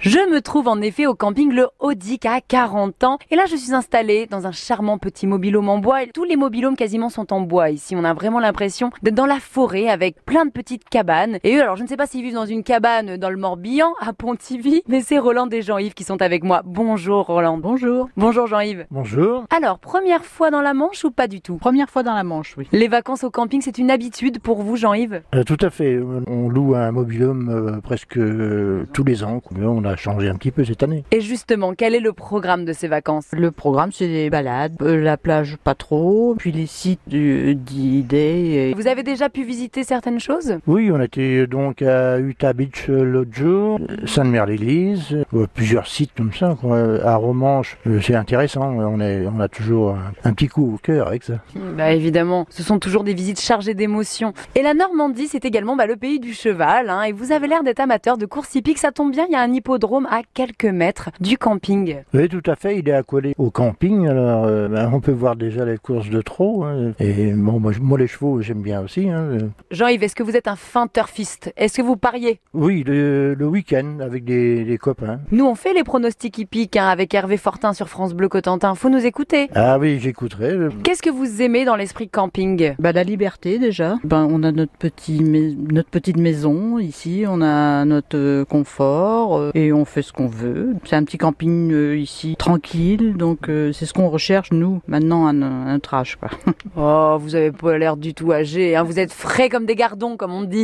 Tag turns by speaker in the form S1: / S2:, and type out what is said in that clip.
S1: Je me trouve en effet au camping Le Haudic à 40 ans. Et là, je suis installée dans un charmant petit mobilhome en bois. Et Tous les mobilhomes quasiment sont en bois ici. On a vraiment l'impression d'être dans la forêt avec plein de petites cabanes. Et eux, alors je ne sais pas s'ils vivent dans une cabane dans le Morbihan, à Pontivy, mais c'est Roland et Jean-Yves qui sont avec moi. Bonjour Roland.
S2: Bonjour.
S1: Bonjour Jean-Yves.
S3: Bonjour.
S1: Alors, première fois dans la Manche ou pas du tout
S2: Première fois dans la Manche, oui.
S1: Les vacances au camping, c'est une habitude pour vous Jean-Yves
S3: Euh, tout à fait. On loue un mobilhome euh, presque euh, tous les ans. Mais on a changé un petit peu cette année.
S1: Et justement, quel est le programme de ces vacances
S2: Le programme, c'est des balades, euh, la plage pas trop, puis les sites du D-Day.
S1: Vous avez déjà pu visiter certaines choses
S3: Oui, on était euh, donc à Utah Beach euh, l'autre jour, euh, Sainte-Mère-l'Église, euh, plusieurs sites comme ça. quoi. Euh, À Romanche, euh, c'est intéressant. On, est, on a toujours un, un petit coup au cœur avec ça.
S1: Bah évidemment, ce sont toujours des visites chargées d'émotions. Et la Normandie, c'est également bah, le pays du cheval. hein, et vous avez l'air d'être amateur de course hippique, ça tombe bien, il y a un hippodrome à quelques mètres du camping.
S3: Oui, tout à fait. Il est accolé au camping. Alors, euh, ben, on peut voir déjà les courses de trot. hein. Et bon, moi, je- moi, les chevaux, j'aime bien aussi. hein.
S1: Jean-Yves, est-ce que vous êtes un fin turfiste Est-ce que vous pariez
S3: Oui, le, le week-end avec des, des copains.
S1: Nous, on fait les pronostics hippiques hein, avec Hervé Fortin sur France Bleu Cotentin. Faut nous écouter.
S3: Ah oui, j'écouterai.
S1: Qu'est-ce que vous aimez dans l'esprit camping
S2: Bah, la liberté déjà. Ben, on a notre, petit mais- notre petite maison ici, on a notre euh, confort euh, et on fait ce qu'on veut. C'est un petit camping euh, ici, tranquille, donc euh, c'est ce qu'on recherche nous maintenant à, no- à notre âge. Quoi.
S1: Oh, vous avez pas l'air du tout âgé. hein, vous êtes frais comme des gardons, comme on dit.